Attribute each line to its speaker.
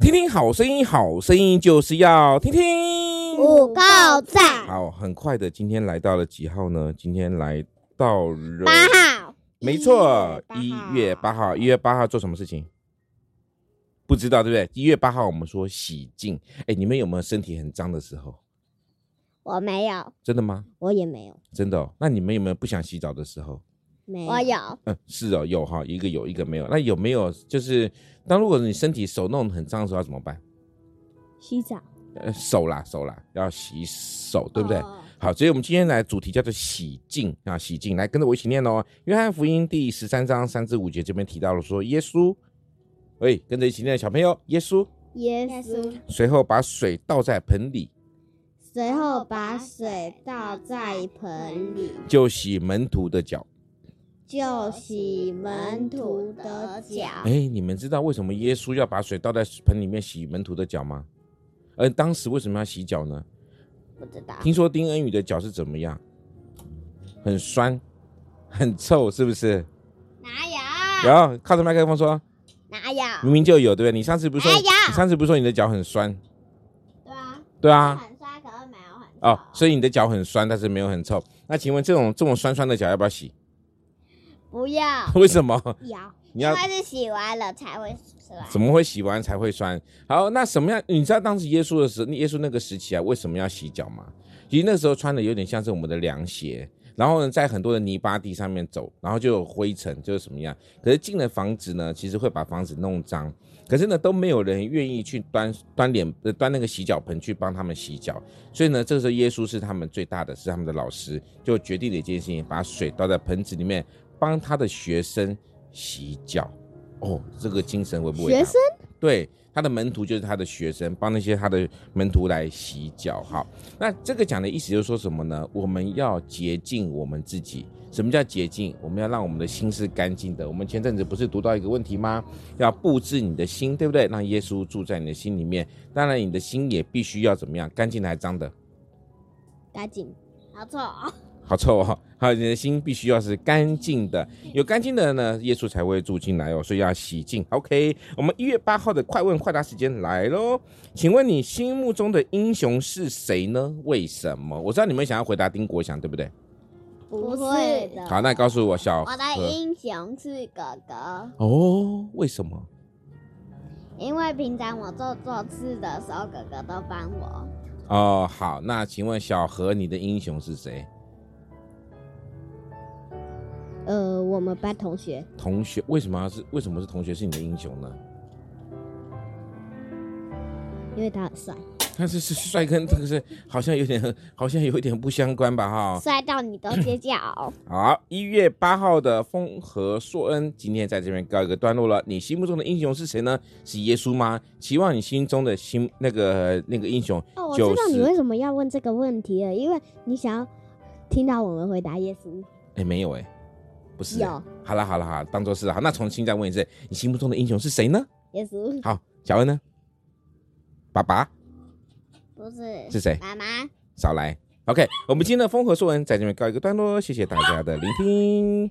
Speaker 1: 听好声音，好声音就是要听听。
Speaker 2: 五告赞，
Speaker 1: 好，很快的，今天来到了几号呢？今天来到了
Speaker 2: 八号，
Speaker 1: 没错，一月
Speaker 2: 号
Speaker 1: 八号，一月八号做什么事情？不知道对不对？一月八号我们说洗净，哎，你们有没有身体很脏的时候？
Speaker 2: 我没有，
Speaker 1: 真的吗？
Speaker 3: 我也没有，
Speaker 1: 真的、哦？那你们有没有不想洗澡的时候？
Speaker 3: 没
Speaker 2: 我有，
Speaker 1: 嗯，是哦，有哈，一个有一个没有。那有没有就是，当如果你身体手弄得很脏的时候要怎么办？
Speaker 3: 洗澡，
Speaker 1: 呃，手啦手啦，要洗手，对不对？
Speaker 3: 哦
Speaker 1: 好，所以我们今天来主题叫做洗净啊，洗净，来跟着我一起念哦。约翰福音第十三章三至五节这边提到了说，耶稣，哎，跟着一起念的小朋友，耶稣
Speaker 3: 耶
Speaker 2: 耶稣
Speaker 3: 稣
Speaker 1: 随后把水倒在盆里，
Speaker 3: 随后把水倒在盆里，
Speaker 1: 就洗门徒的脚。
Speaker 3: 就洗门徒的脚。
Speaker 1: 哎，你们知道为什么耶稣要把水倒在盆里面洗门徒的脚吗？而当时为什么要洗脚呢？
Speaker 2: 不知道，
Speaker 1: 听说丁恩宇的脚是怎么样？很酸，很臭，是不是？
Speaker 2: 哪有
Speaker 1: 然后靠着麦克风说，
Speaker 2: 哪有，
Speaker 1: 明明就有，对不对？你上次不是说，
Speaker 2: 哎呀
Speaker 1: 你上次不是说你的脚很酸？
Speaker 2: 对啊，
Speaker 1: 对啊，
Speaker 2: 很酸，可是没有很
Speaker 1: 哦，
Speaker 2: 臭
Speaker 1: 所以你的脚很酸，但是没有很臭。那请问这种这种酸酸的脚要不要洗？
Speaker 2: 不要，
Speaker 1: 为什么？
Speaker 3: 要
Speaker 1: 你
Speaker 2: 因
Speaker 1: 要
Speaker 2: 为是洗完了才会酸，
Speaker 1: 怎么会洗完才会酸？好，那什么样？你知道当时耶稣的时候，耶稣那个时期啊，为什么要洗脚吗？其实那时候穿的有点像是我们的凉鞋，然后呢，在很多的泥巴地上面走，然后就有灰尘，就是什么样。可是进了房子呢，其实会把房子弄脏。可是呢，都没有人愿意去端端脸呃端那个洗脚盆去帮他们洗脚，所以呢，这个时候耶稣是他们最大的，是他们的老师，就决定了一件事情，把水倒在盆子里面，帮他的学生洗脚。哦，这个精神伟不伟大？
Speaker 3: 学生
Speaker 1: 对，他的门徒就是他的学生，帮那些他的门徒来洗脚。好，那这个讲的意思就是说什么呢？我们要洁净我们自己。什么叫洁净？我们要让我们的心是干净的。我们前阵子不是读到一个问题吗？要布置你的心，对不对？让耶稣住在你的心里面。当然，你的心也必须要怎么样？干净的还是脏的？
Speaker 3: 赶紧
Speaker 2: 好臭哦，
Speaker 1: 好臭哦！还有你的心必须要是干净的，有干净的呢，耶稣才会住进来哦，所以要洗净。OK，我们一月八号的快问快答时间来喽，请问你心目中的英雄是谁呢？为什么？我知道你们想要回答丁国祥，对不对？
Speaker 2: 不
Speaker 3: 会
Speaker 2: 是
Speaker 3: 的。
Speaker 1: 好，那告诉我小
Speaker 2: 我的
Speaker 1: 何
Speaker 2: 英雄是哥哥，
Speaker 1: 哦，为什么？
Speaker 2: 因为平常我做错事的时候，哥哥都帮我。
Speaker 1: 哦，好，那请问小何，你的英雄是谁？
Speaker 3: 呃，我们班同学
Speaker 1: 同学为什么要是为什么是同学是你的英雄呢？
Speaker 3: 因为他很帅，
Speaker 1: 但是是帅跟这个是好像有点好像有一点不相关吧哈、
Speaker 2: 帅到你都 尖叫。
Speaker 3: 哦
Speaker 1: 好，一月八号的风和硕恩，今天在这边告一个段落了。你心目中的英雄是谁呢？是耶稣吗？期望你心中的心那个呃那个英雄
Speaker 3: 哦，我知
Speaker 1: 就
Speaker 3: 道你
Speaker 1: 是
Speaker 3: 为什么要问这个问题了，因为你想要听到我们回答耶稣。
Speaker 1: 哎没有哎，不是哎
Speaker 3: 有。
Speaker 1: 好了好了好了，当做是了好。那重新再问一次，你心目中的英雄是谁呢？
Speaker 3: 耶稣，
Speaker 1: 好，小恩呢？爸爸
Speaker 2: 不是，
Speaker 1: 是谁？
Speaker 2: 妈妈，
Speaker 1: 少来。OK，我们今天的风和硕恩在这边告一个段落，谢谢大家的聆听。